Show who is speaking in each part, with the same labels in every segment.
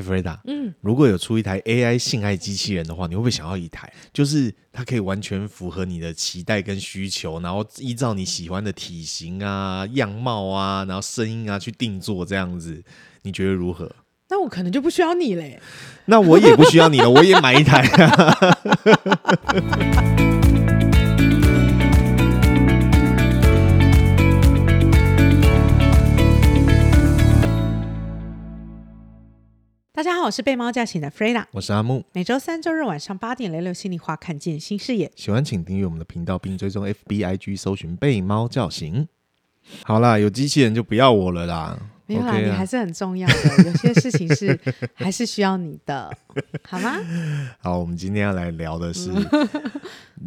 Speaker 1: Freda，
Speaker 2: 嗯，
Speaker 1: 如果有出一台 AI 性爱机器人的话，你会不会想要一台？就是它可以完全符合你的期待跟需求，然后依照你喜欢的体型啊、样貌啊，然后声音啊去定做这样子，你觉得如何？
Speaker 2: 那我可能就不需要你嘞。
Speaker 1: 那我也不需要你了，我也买一台。
Speaker 2: 大家好，我是被猫叫醒的 Freda，
Speaker 1: 我是阿木，
Speaker 2: 每周三、周日晚上八点，雷流心里话，看见新视野。
Speaker 1: 喜欢请订阅我们的频道，并追踪 FBIG 搜寻“被猫叫醒”。好啦，有机器人就不要我了啦。
Speaker 2: 没有啦
Speaker 1: OK 啊
Speaker 2: 你
Speaker 1: 啦
Speaker 2: 还是很重要的，有些事情是还是需要你的，好吗？
Speaker 1: 好，我们今天要来聊的是
Speaker 2: 嗯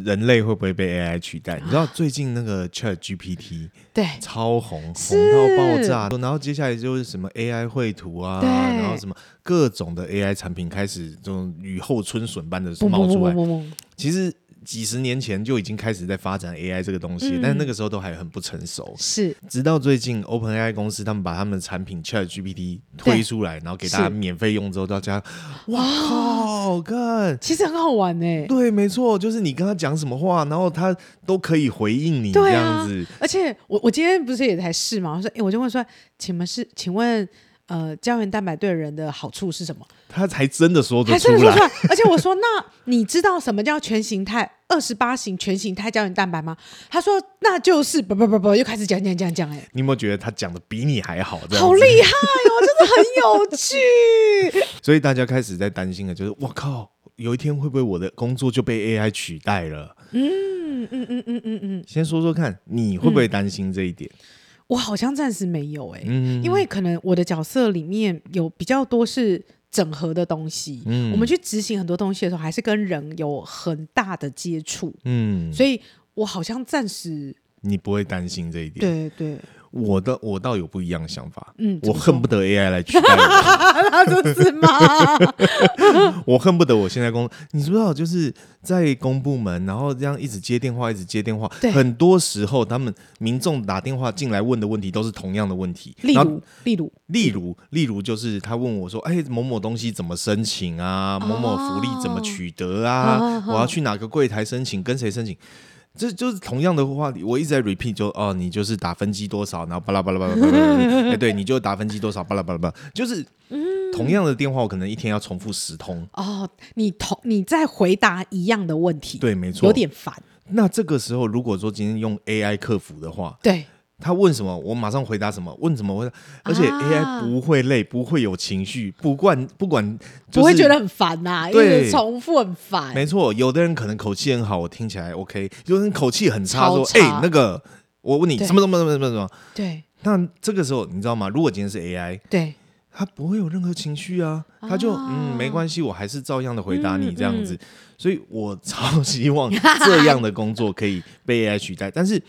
Speaker 1: 人类会不会被 AI 取代？你知道最近那个 Chat GPT
Speaker 2: 对，
Speaker 1: 超红，红
Speaker 2: 是
Speaker 1: 到爆炸，然后接下来就是什么 AI 绘图啊，
Speaker 2: 对
Speaker 1: 然后什么各种的 AI 产品开始这种雨后春笋般的
Speaker 2: 嘣
Speaker 1: 冒
Speaker 2: 嘣
Speaker 1: 出
Speaker 2: 嘣
Speaker 1: 来。
Speaker 2: 嘣嘣，
Speaker 1: 其实几十年前就已经开始在发展 AI 这个东西，
Speaker 2: 嗯
Speaker 1: 但那个时候都还很不成熟。
Speaker 2: 是
Speaker 1: 直到最近，OpenAI 公司他们把他们的产品 ChatGPT 推出来，然后给大家
Speaker 2: 是
Speaker 1: 免费用之后，大家哇靠，看
Speaker 2: 其实很好玩哎、
Speaker 1: 对，没错，就是你跟他讲什么话，然后他都可以回应你这
Speaker 2: 对
Speaker 1: 样
Speaker 2: 啊
Speaker 1: 子。
Speaker 2: 而且我我今天不是也才试嘛，我说，哎、我就问说，请问是请问呃胶原蛋白对人的好处是什么？
Speaker 1: 他才真的说得
Speaker 2: 还
Speaker 1: 出
Speaker 2: 真的说出
Speaker 1: 来。
Speaker 2: 来。而且我说，那你知道什么叫全形态二十八型全形态胶原蛋白吗？他说那就是不不不不，又开始讲讲讲讲，哎，
Speaker 1: 你有没有觉得他讲的比你还好？这样
Speaker 2: 好
Speaker 1: 子
Speaker 2: 厉害哦，真的很有 趣。
Speaker 1: 所以大家开始在担心了，就是我靠，有一天会不会我的工作就被 AI 取代了？
Speaker 2: 嗯嗯嗯嗯嗯嗯，
Speaker 1: 先说说看，你会不会担心这一点？
Speaker 2: 我好像暂时没有哎、
Speaker 1: 嗯，
Speaker 2: 因为可能我的角色里面有比较多是整合的东西，
Speaker 1: 嗯
Speaker 2: 我们去执行很多东西的时候，还是跟人有很大的接触，
Speaker 1: 嗯，
Speaker 2: 所以我好像暂时
Speaker 1: 你不会担心这一点。
Speaker 2: 对对，
Speaker 1: 我的我倒有不一样的想法，
Speaker 2: 嗯，
Speaker 1: 我恨不得 AI 来取代我，
Speaker 2: 他就是吗？
Speaker 1: 我恨不得我现在公，你知不知道，就是在公部门，然后这样一直接电话，一直接电话，
Speaker 2: 对
Speaker 1: 很多时候他们民众打电话进来问的问题都是同样的问题，
Speaker 2: 例
Speaker 1: 然后
Speaker 2: 如，例如，
Speaker 1: 例如，例如就是他问我说：“哎、某某东西怎么申请啊？某某福利怎么取得啊？
Speaker 2: 哦
Speaker 1: 我要去哪个柜台申请？跟谁申请？”这就是同样的话，我一直在 repeat，就哦，你就是打分机多少，然后巴拉巴拉巴拉巴拉巴拉，哎，对，你就打分机多少，巴拉巴拉巴拉，就是同样的电话，我可能一天要重复十通。
Speaker 2: 哦，你同你在回答一样的问题，，
Speaker 1: 对，没错。
Speaker 2: 有点烦，
Speaker 1: 那这个时候，如果说今天用 AI 客服的话，
Speaker 2: 对，
Speaker 1: 他问什么，我马上回答什么；问什么，我而且
Speaker 2: 啊
Speaker 1: AI 不会累，不会有情绪，不管不管，就是、
Speaker 2: 不会觉得很烦呐、因
Speaker 1: 对
Speaker 2: 为重复很烦，
Speaker 1: 没错。有的人可能口气很好，我听起来 OK；有的人口气很差，
Speaker 2: 超
Speaker 1: 说：“哎、
Speaker 2: 差
Speaker 1: 那个，我问你
Speaker 2: 对
Speaker 1: 什么什么什么什么什么。
Speaker 2: 对”
Speaker 1: 那这个时候你知道吗？如果今天是 AI，
Speaker 2: 对，
Speaker 1: 他不会有任何情绪啊，他就、嗯没关系，我还是照样的回答你
Speaker 2: 嗯
Speaker 1: 这样子。所以我超希望 这样的工作可以被 AI 取代，但是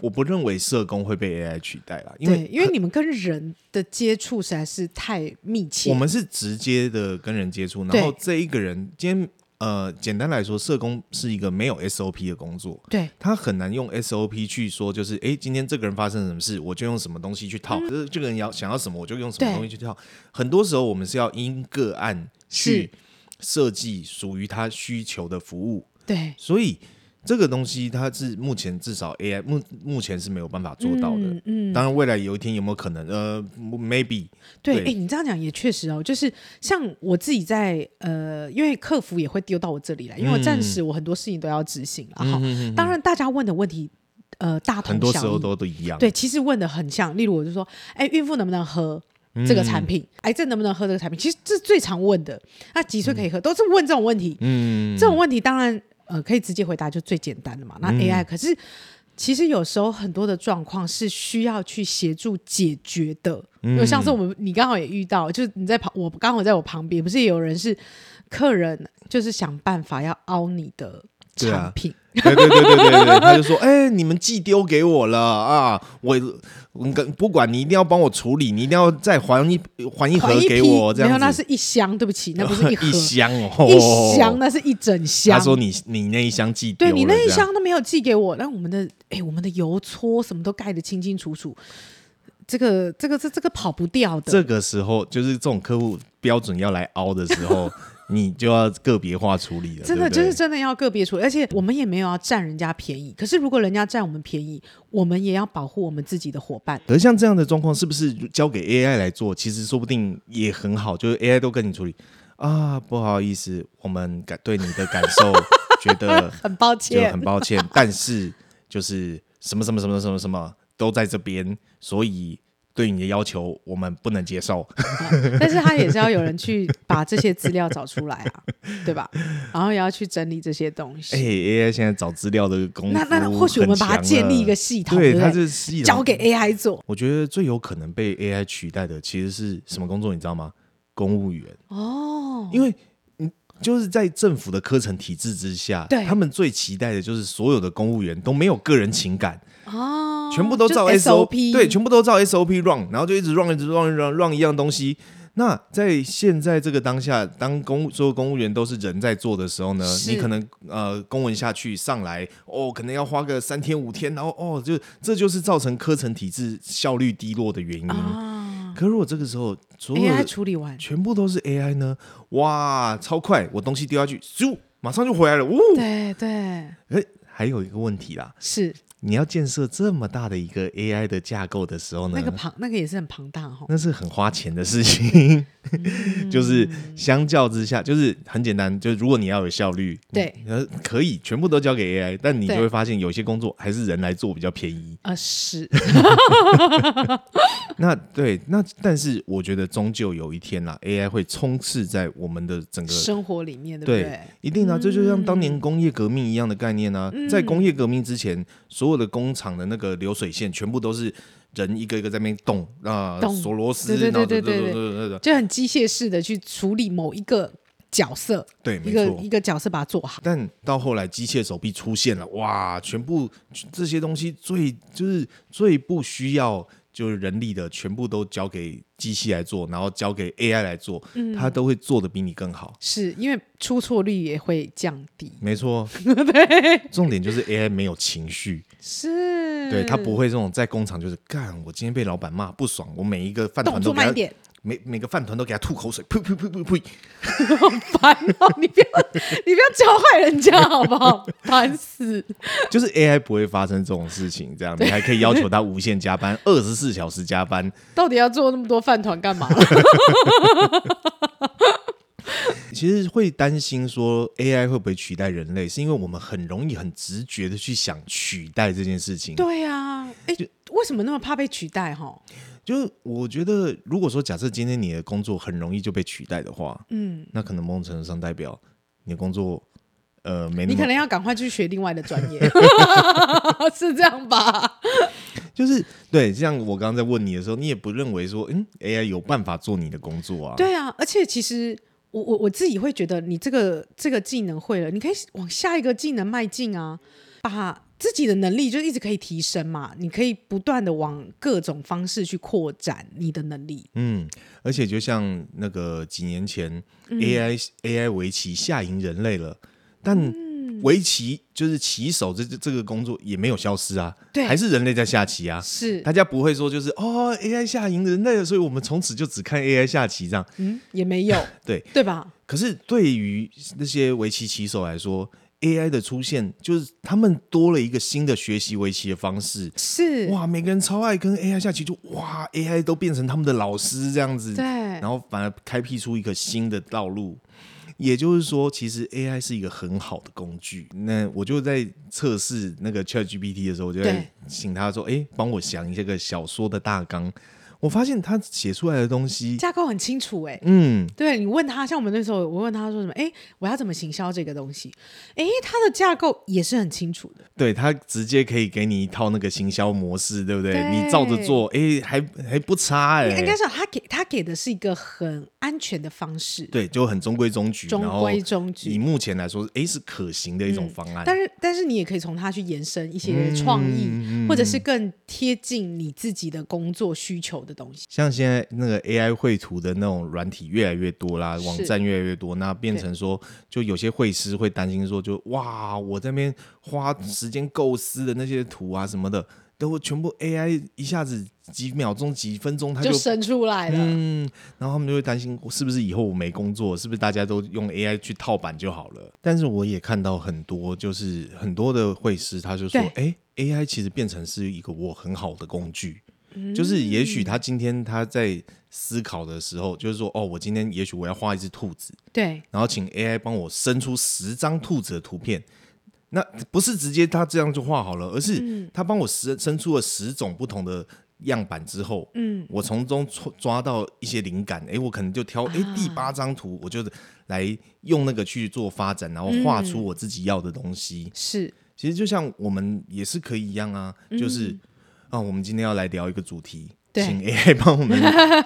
Speaker 1: 我不认为社工会被 AI 取代啦，因为
Speaker 2: 对，因为你们跟人的接触实在是太密切，
Speaker 1: 我们是直接的跟人接触，然
Speaker 2: 对
Speaker 1: 后这一个人今天呃，简单来说，社工是一个没有 SOP 的工作。
Speaker 2: 对
Speaker 1: 他很难用 SOP 去说，就是诶，今天这个人发生了什么事，我就用什么东西去套；就是这个人要想要什么，我就用什么
Speaker 2: 对
Speaker 1: 东西去套。很多时候，我们是要因个案去
Speaker 2: 是
Speaker 1: 设计属于他需求的服务，
Speaker 2: 对，
Speaker 1: 所以这个东西它是目前至少 AI 目目前是没有办法做到的。
Speaker 2: 嗯嗯，
Speaker 1: 当然，未来有一天有没有可能？呃，maybe
Speaker 2: 对，
Speaker 1: 对
Speaker 2: 哎、你这样讲也确实哦，就是像我自己在呃，因为客服也会丢到我这里来，因为
Speaker 1: 嗯
Speaker 2: 我暂时我很多事情都要执行了哈、当然，大家问的问题呃大同
Speaker 1: 很多时
Speaker 2: 小
Speaker 1: 候
Speaker 2: 异，
Speaker 1: 都都一样。
Speaker 2: 对，其实问的很像。例如我就说，哎、孕妇能不能喝？这个
Speaker 1: 嗯
Speaker 2: 产品，癌症能不能喝这个产品？其实这是最常问的。那几岁可以喝？都是问这种问题。
Speaker 1: 嗯，
Speaker 2: 这种问题当然呃可以直接回答，就最简单的嘛。那 AI、可是其实有时候很多的状况是需要去协助解决的。
Speaker 1: 嗯
Speaker 2: 因为上次我们你刚好也遇到，就是你在旁，我刚好在我旁边，不是也有人是客人，就是想办法要凹你的
Speaker 1: 对啊
Speaker 2: 产品。
Speaker 1: 对对对对对对，他就说：“哎、你们寄丢给我了啊！我我跟不管你一定要帮我处理，你一定要再还一还一盒
Speaker 2: 还一
Speaker 1: 给
Speaker 2: 批
Speaker 1: 我，这
Speaker 2: 没有，
Speaker 1: 样
Speaker 2: 那
Speaker 1: 子。
Speaker 2: 是一箱，对不起，那不是一 盒，
Speaker 1: 一箱哦，
Speaker 2: 一箱，那是一整箱。
Speaker 1: 他说你你那一箱寄丢
Speaker 2: 对
Speaker 1: 了，
Speaker 2: 你那一
Speaker 1: 这样
Speaker 2: 箱都没有寄给我，那我们的哎，我们的邮戳什么都盖得清清楚楚。这个这个这这个跑不掉的。
Speaker 1: 这个时候就是这种客户标准要来凹的时 候，你就要个别化处理了。
Speaker 2: 真的
Speaker 1: 对
Speaker 2: 就
Speaker 1: 不对
Speaker 2: 是真的要个别处理，而且我们也没有要占人家便宜。可是如果人家占我们便宜，我们也要保护我们自己的伙伴。
Speaker 1: 可是像这样的状况，是不是交给 AI 来做？其实说不定也很好，就是 AI 都跟你处理啊，不好意思，我们感对你的感受觉得
Speaker 2: 很抱
Speaker 1: 就
Speaker 2: 歉
Speaker 1: 很，抱歉，但是就是什么什么什么什么什么都在这边，所以对你的要求我们不能接受。
Speaker 2: 但是他也是要有人去把这些资料找出来 啊，对吧？然后也要去整理这些东
Speaker 1: 哎、
Speaker 2: 西。
Speaker 1: a i 现在找资料的功夫
Speaker 2: 那那或许我们把它
Speaker 1: 很强
Speaker 2: 建立一个
Speaker 1: 了
Speaker 2: 系统，对
Speaker 1: 对，
Speaker 2: 不
Speaker 1: 它
Speaker 2: 对？
Speaker 1: 是系统
Speaker 2: 交给 AI 做
Speaker 1: 我觉得最有可能被 AI 取代的其实是什么工作？你知道吗？公务员，
Speaker 2: 哦，
Speaker 1: 因为嗯就是在政府的科层体制之下，
Speaker 2: 对
Speaker 1: 他们最期待的就是所有的公务员都没有个人情感，
Speaker 2: 哦，
Speaker 1: 全部都
Speaker 2: 就
Speaker 1: 照
Speaker 2: SOP，
Speaker 1: 对，全部都照 SOP run，然后就一直 run，一直 run，run run, run 一样东西。那在现在这个当下，当公所有公务员都是人在做的时候呢，
Speaker 2: 是
Speaker 1: 你可能呃公文下去上来哦，可能要花个三天五天，然后哦就这就是造成科层体制效率低落的原因。
Speaker 2: 啊
Speaker 1: 可如果这个时候所有的
Speaker 2: ，AI 哎处理完，
Speaker 1: 全部都是 AI 呢，哇，超快！我东西丢下去，咻，马上就回来了。呜、
Speaker 2: 对对
Speaker 1: 哎，还有一个问题啦，
Speaker 2: 是
Speaker 1: 你要建设这么大的一个 AI 的架构的时候呢，
Speaker 2: 那个庞，那个也是很庞大哈。
Speaker 1: 那是很花钱的事情，
Speaker 2: 嗯
Speaker 1: 就是相较之下，就是很简单，就是如果你要有效率，
Speaker 2: 对
Speaker 1: 你，呃，可以全部都交给 AI，但你
Speaker 2: 对
Speaker 1: 就会发现有些工作还是人来做比较便宜。
Speaker 2: 啊，是
Speaker 1: 那对，那但是我觉得终究有一天啦，AI 会充斥在我们的整个
Speaker 2: 生活里面，对不
Speaker 1: 对
Speaker 2: 对？
Speaker 1: 一定啊，这就像当年工业革命一样的概念啊。在工业革命之前，所有的工厂的那个流水线全部都是人一个一个在那边动啊，
Speaker 2: 动
Speaker 1: 锁螺丝，
Speaker 2: 对对
Speaker 1: 然后
Speaker 2: 对对
Speaker 1: 对
Speaker 2: 对
Speaker 1: 对对，
Speaker 2: 就很机械式的去处理某一个角色，
Speaker 1: 对，
Speaker 2: 一
Speaker 1: 没
Speaker 2: 个
Speaker 1: 错
Speaker 2: 一。个角色把它做好。
Speaker 1: 但到后来，机械手臂出现了，哇，全部这些东西最就是最不需要就是人力的，全部都交给机器来做，然后交给 AI 来做，它都会做的比你更好。
Speaker 2: 是因为出错率也会降低，
Speaker 1: 没错，重点就是 AI 没有情绪，
Speaker 2: 是，
Speaker 1: 对他
Speaker 2: 嗯
Speaker 1: 不会这种在工厂就是干，我今天被老板骂不爽，我每一个饭团
Speaker 2: 动
Speaker 1: 都
Speaker 2: 作
Speaker 1: 给他
Speaker 2: 慢 一点，
Speaker 1: 每每个饭团都给他吐口水，呸呸呸呸呸，
Speaker 2: 好烦哦！你不要，你不要教坏人家好不 好？烦死！
Speaker 1: 就是 AI 不会发生这种事情，这样你还可以要求他无限加班，二十四小时加班。
Speaker 2: 到底要做那么多饭团 干嘛？
Speaker 1: 其实会担心说 AI 会不会取代人类，是因为我们很容易很直觉的去想取代这件事情。
Speaker 2: 对呀、哎、为什么那么怕被取代？哈，
Speaker 1: 就是我觉得，如果说假设今天你的工作很容易就被取代的话，
Speaker 2: 嗯，
Speaker 1: 那可能某种程度上代表你的工作呃没那
Speaker 2: 你
Speaker 1: 么
Speaker 2: 可能要赶快去学另外的专 业， 是这样吧？
Speaker 1: 就是对，像我刚刚在问你的时候，你也不认为说，嗯，AI 有办法做你的工作啊？，
Speaker 2: 对啊，而且其实我我我自己会觉得，你这个这个技能会了，你可以往下一个技能迈进啊，把自己的能力就一直可以提升嘛，你可以不断的往各种方式去扩展你的能力。
Speaker 1: 嗯，而且就像那个几年前、AI
Speaker 2: 嗯
Speaker 1: AI 围棋下赢人类了，但
Speaker 2: 嗯
Speaker 1: 围棋就是棋手这这个工作也没有消失啊，
Speaker 2: 对
Speaker 1: 还是人类在下棋啊。
Speaker 2: 是，
Speaker 1: 大家不会说就是哦，AI 下赢人类了，所以我们从此就只看 AI 下棋这样。
Speaker 2: 嗯，也 没有，
Speaker 1: 对
Speaker 2: 对吧？
Speaker 1: 可是对于那些围棋棋手来说，AI 的出现就是他们多了一个新的学习围棋的方式。
Speaker 2: 是，
Speaker 1: 哇，每个人超爱跟 AI 下棋，就哇 AI 都变成他们的老师这样子，
Speaker 2: 对，
Speaker 1: 然后反而开辟出一个新的道路。也就是说，其实 AI 是一个很好的工具。那我就在测试那个 ChatGPT 的时候，我就
Speaker 2: 对
Speaker 1: 在请他说：“哎，帮我想一下个小说的大纲。”我发现他写出来的东西，
Speaker 2: 架构很清楚、哎。
Speaker 1: 嗯，
Speaker 2: 对你问他，像我们那时候，我问他说什么？哎，我要怎么行销这个东西？哎，它的架构也是很清楚的，
Speaker 1: 对他直接可以给你一套那个行销模式，对不对？
Speaker 2: 对
Speaker 1: 你照着做，哎，还还不差哎、
Speaker 2: 应该是他给他给的是一个很安全的方式，
Speaker 1: 对，就很中规中矩，
Speaker 2: 中
Speaker 1: 然后
Speaker 2: 规中矩
Speaker 1: 以。目前来说，诶，是可行的一种方案。
Speaker 2: 嗯但是，但是你也可以从它去延伸一
Speaker 1: 嗯
Speaker 2: 些创意，或者是更贴近你自己的工作需求的东西。
Speaker 1: 像现在那个 AI 绘图的那种软体越来越多啦，
Speaker 2: 是
Speaker 1: 网站越来越多，那变成说，就有些绘师会担心说就，哇，我这边花时间构思的那些图啊什么的，等我全部 AI 一下子几秒钟、几分钟，它
Speaker 2: 就生出来了。
Speaker 1: 嗯，然后他们就会担心，我是不是以后我没工作？是不是大家都用 AI 去套版就好了？但是我也看到很多，就是很多的会师，他就说，哎，AI 其实变成是一个我很好的工具。就是也许他今天他在思考的时候，就是说，哦，我今天也许我要画一只兔子，
Speaker 2: 对，
Speaker 1: 然后请 AI 帮我生出十张兔子的图片。那不是直接他这样就画好了，而是他帮我生生出了十种不同的样板之后，嗯，我从中抓到一些灵感，哎，我可能就挑哎第八张图，我就来用那个去做发展，然后画出我自己要的东西。
Speaker 2: 是，
Speaker 1: 其实就像我们也是可以一样啊，就是。啊，我们今天要来聊一个主题，请 AI 帮我们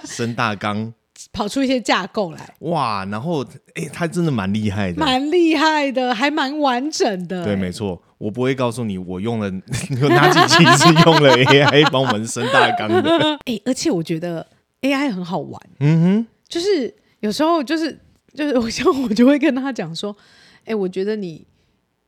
Speaker 1: 生大纲，
Speaker 2: 跑出一些架构来。
Speaker 1: 哇，然后哎、欸，他真的蛮厉害的，
Speaker 2: 蛮厉害的，还蛮完整的、欸。
Speaker 1: 对，没错，我不会告诉你我用了 有哪几期是用 了 AI 帮我们生大纲的。
Speaker 2: 哎、欸，而且我觉得 AI 很好玩，嗯哼，就是有时候就是就是 我像我就会跟他讲说，哎，我觉得你。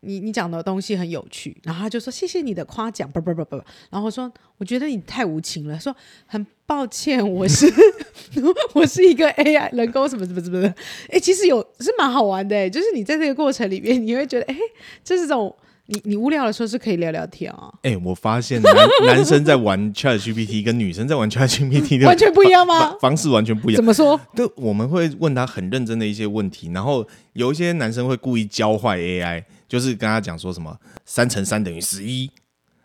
Speaker 2: 你你讲的东西很有趣，然后他就说谢谢你的夸奖，不不不不，然后说我觉得你太无情了，说很抱歉，我是 我是一个 AI 人工什么什么什么的，哎、欸，其实有是蛮好玩的、欸，就是你在这个过程里面，你会觉得哎、欸，这是种你你无聊的时候是可以聊聊天啊。
Speaker 1: 哎，我发现男男生在玩 ChatGPT 跟女生在玩 ChatGPT
Speaker 2: 完全不一样吗？
Speaker 1: 方式完全不一样。
Speaker 2: 怎么 说？
Speaker 1: 对，我们会问他很认真的一些问题，然后有一些男生会故意教坏 AI。就是跟他讲说什么三乘三等于十一，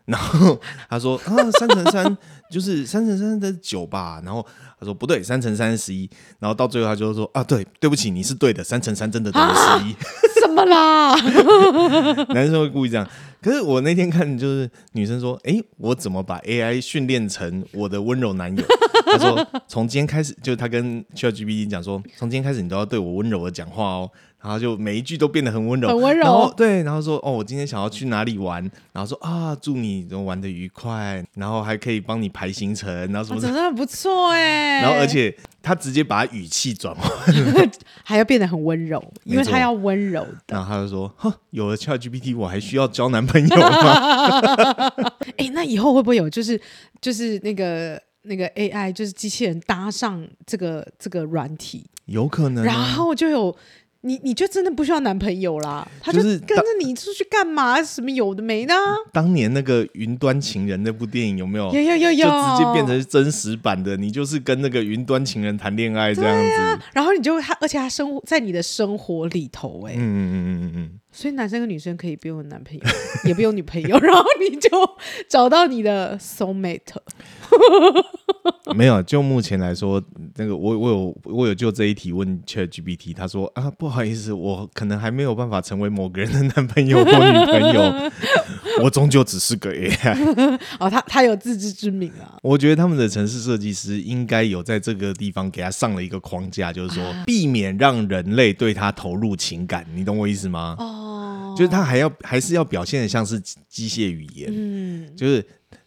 Speaker 1: 然后他说啊三乘三就是三乘三的九吧，然后他说不对，三乘三十一，然后到最后他就说啊对，对不起你是对的，三乘三真的等于十一，
Speaker 2: 什么啦？
Speaker 1: 男生会故意这样，可是我那天看就是女生说，哎，我怎么把 AI 训练成我的温柔男友？ 他说从今天开始，就是他跟 ChatGPT 讲说，从今天开始你都要对我温柔的讲话哦。然后就每一句都变得很温柔，
Speaker 2: 很温柔。
Speaker 1: 然后对，然后说哦，我今天想要去哪里玩，然后说啊，祝你玩的愉快，然后还可以帮你排行程，然后什么，
Speaker 2: 哦真的很不错哎、欸。
Speaker 1: 嗯然后而且他直接把语气转换，
Speaker 2: 还要变得很温柔，因为他要温柔的。
Speaker 1: 然后他就说，哼，有了 ChatGPT，我还需要交男朋友 吗？
Speaker 2: 哎欸，那以后会不会有就是就是那个？那个 AI 就是机器人搭上这个这个软体，
Speaker 1: 有可能、啊，
Speaker 2: 然后就有你你就真的不需要男朋友啦，他就跟着你出去干嘛？什么有的没的、啊。
Speaker 1: 当年那个《云端情人》那部电影有没有？
Speaker 2: 有有有有，
Speaker 1: 哦就直接变成真实版的，你就是跟那个云端情人谈恋爱这样子。
Speaker 2: 啊、然后你就他，而且他生活在你的生活里头、欸，哎，
Speaker 1: 嗯嗯嗯嗯嗯。
Speaker 2: 所以男生跟女生可以不用男朋友，也不用女朋友，然 后你就找到你的 soul mate。
Speaker 1: 嗯没有，就目前来说，那个我我有我有就这一题问 Chat GPT，他说啊，不好意思，我可能还没有办法成为某个人的男朋友或女朋友，我终究只是个 AI。
Speaker 2: 哦，他他有自知之明啊。
Speaker 1: 我觉得他们的城市设计师应该有在这个地方给他上了一个框架，就是说、啊、避免让人类对他投入情感，你懂我意思吗？
Speaker 2: 哦。
Speaker 1: 就是他还要还是要表现的像是机械语言，嗯，就是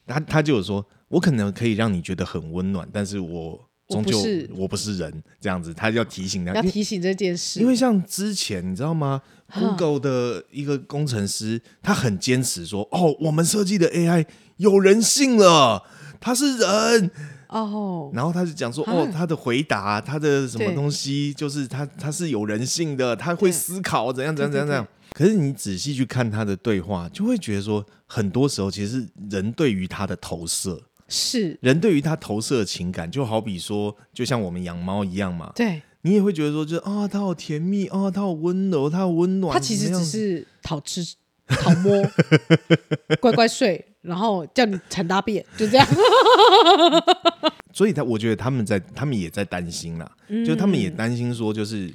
Speaker 1: 他他就有说，我可能可以让你觉得很温暖，但是我终究我不是人这样子，他要提醒他
Speaker 2: 要提醒这件事，
Speaker 1: 呃因为像之前你知道吗？Google 的一个工程师，他很坚持说，哦，我们设计的 AI 有人性了，他是人。
Speaker 2: 哦，
Speaker 1: 然后他就讲说，哦，他的回答，他的什么东西，就是他他是有人性的，他会思考怎样怎样怎样怎样。可是你仔细去看他的对话，就会觉得说，很多时候其实人对于他的投射，
Speaker 2: 是
Speaker 1: 人对于他投射的情感，就好比说，就像我们养猫一样嘛，
Speaker 2: 对
Speaker 1: 你也会觉得说，就是啊，它、哦、好甜蜜，啊、哦，它好温柔，它好温暖。
Speaker 2: 它其实只是讨吃、讨摸、 乖乖睡，然后叫你铲大便，就这样。
Speaker 1: 所以他，他我觉得他们在，他们也在担心啦，嗯、就他们也担心说，就是。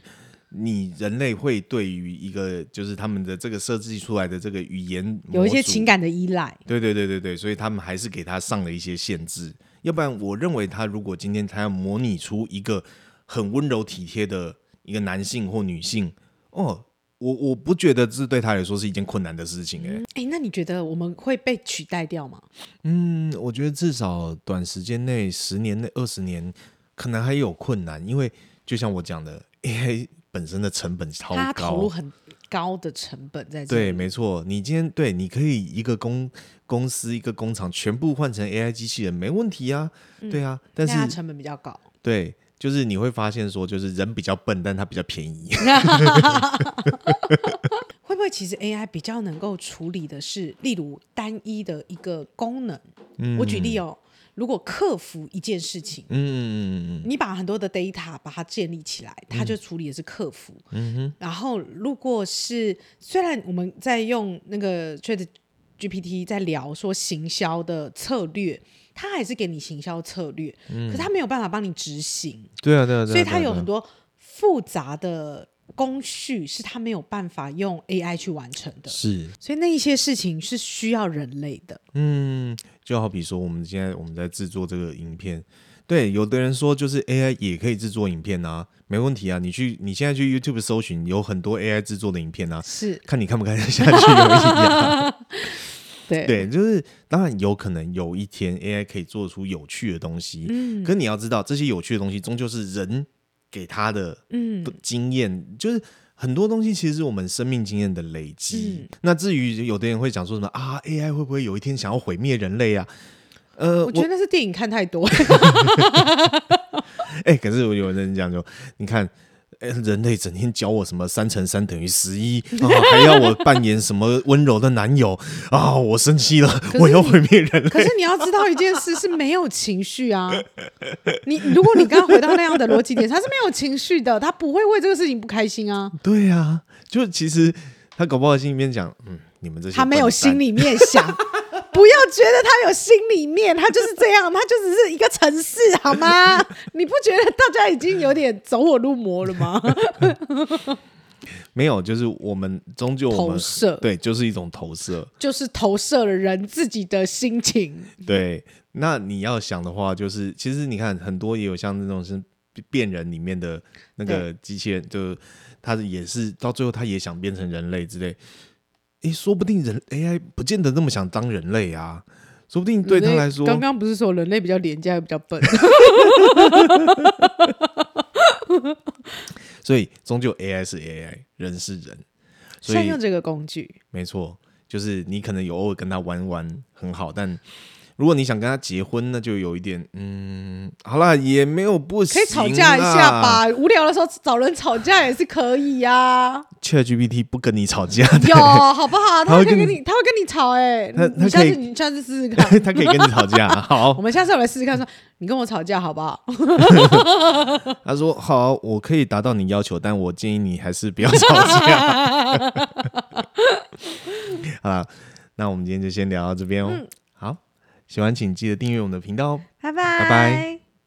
Speaker 1: 你人类会对于一个就是他们的这个设计出来的这个语言
Speaker 2: 有一些情感的依赖，
Speaker 1: 对对对对对，所以他们还是给他上了一些限制，要不然我认为他如果今天他要模拟出一个很温柔体贴的一个男性或女性，哦，我我不觉得这对他来说是一件困难的事情、欸，哎
Speaker 2: 哎、嗯欸，那你觉得我们会被取代掉吗？
Speaker 1: 嗯，我觉得至少短时间内，十年内、二十年可能还有困难，因为就像我讲的，AI、欸。本身的成本超高，
Speaker 2: 投入很高的成本在这里。
Speaker 1: 对，没错，你今天对，你可以一个公公司一个工厂全部换成 AI 机器人，没问题啊，对啊，但
Speaker 2: 嗯它
Speaker 1: 是
Speaker 2: 成本比较高。
Speaker 1: 对，就是你会发现说，就是人比较笨，但它比较便宜。
Speaker 2: 会不会其实 AI 比较能够处理的是，例如单一的一个功能？我举例哦，如果克服一件事情，
Speaker 1: 嗯嗯嗯
Speaker 2: 你把很多的 data 把它建立起来，它就处理的是客服。
Speaker 1: 嗯哼，
Speaker 2: 然后如果是虽然我们在用那个 Chat GPT 在聊说行销的策略，它还是给你行销策略，可它没有办法帮你执行，
Speaker 1: 对啊对嗯啊对啊，
Speaker 2: 所以它有很
Speaker 1: 多
Speaker 2: 多复杂的工序是它没有办法用 AI 去完成的。
Speaker 1: 是，
Speaker 2: 所以那一些事情是需要人类的，
Speaker 1: 嗯，就好比说我们现在我们在制作这个影片，对，有的人说就是 AI 也可以制作影片啊，没问题啊，你去你现在去 YouTube 搜寻，有很多 AI 制作的影片啊，
Speaker 2: 是
Speaker 1: 看你看不看得下去而已啊。
Speaker 2: 对
Speaker 1: 对，就是当然有可能有一天 AI 可以做出有趣的东西，嗯，可你要知道这些有趣的东西终究是人给他的
Speaker 2: 嗯
Speaker 1: 经验，就是。很多东西其实是我们生命经验的累积。那至于有的人会讲说什么啊，AI 会不会有一天想要毁灭人类啊？呃，
Speaker 2: 我觉得那是电影看太多，
Speaker 1: 哎、可是我有人讲说，你看，哎、人类整天教我什么三乘三等于十一啊，还要我扮演什么温柔的男友啊，我生气了，
Speaker 2: 是
Speaker 1: 我要毁灭人类。
Speaker 2: 可是你要知道一件事是没有情绪啊。你如果你刚刚回到那样的逻辑点，他是没有情绪的，他不会为这个事情不开心啊。
Speaker 1: 对啊，就其实他搞不好心里面讲，嗯，你们这些
Speaker 2: 他没有
Speaker 1: 笨蛋
Speaker 2: 心，里面想，不要觉得他有心里面，他就是这样，他就只是一个城市 好吗？你不觉得大家已经有点走火入魔了吗？
Speaker 1: 没有，就是我们终究我
Speaker 2: 投
Speaker 1: 们
Speaker 2: 射
Speaker 1: 对，就是一种投射。
Speaker 2: 就是投射了人自己的心情，
Speaker 1: 对，那你要想的话，就是其实你看很多也有像那种是变人里面的那个机器人，就是他也是到最后他也想变成人类之类。诶，说不定人 AI 不见得那么想当人类啊，说不定对他来说，
Speaker 2: 嗯人类刚刚不是说人类比较廉价，比较笨，
Speaker 1: 所以终究 AI 是 AI，人是人， 所
Speaker 2: 善
Speaker 1: 以
Speaker 2: 用这个工具，
Speaker 1: 没错，就是你可能有偶尔跟他玩玩很好，但如果你想跟他结婚，那就有一点，嗯，好啦，也没有不行，
Speaker 2: 可以吵架一下。吧，无聊的时候找人吵架也是可以呀、
Speaker 1: ChatGPT 不跟你吵架，
Speaker 2: 有好不
Speaker 1: 他
Speaker 2: 好？他
Speaker 1: 会
Speaker 2: 会跟
Speaker 1: 跟
Speaker 2: 你，他会跟你吵哎、
Speaker 1: 他
Speaker 2: 你你
Speaker 1: 他
Speaker 2: 下
Speaker 1: 可以
Speaker 2: 次你下次试试看，
Speaker 1: 他可以跟你吵架。
Speaker 2: 我
Speaker 1: 好，
Speaker 2: 们下次我来试试看说你跟我吵架好不好？
Speaker 1: 他说好，我可以达到你要求，但我建议你还是不要吵架。 好啦，那我们今天就先聊到这边哦。好，喜欢请记得订阅我们的频道哦。
Speaker 2: 拜拜
Speaker 1: 拜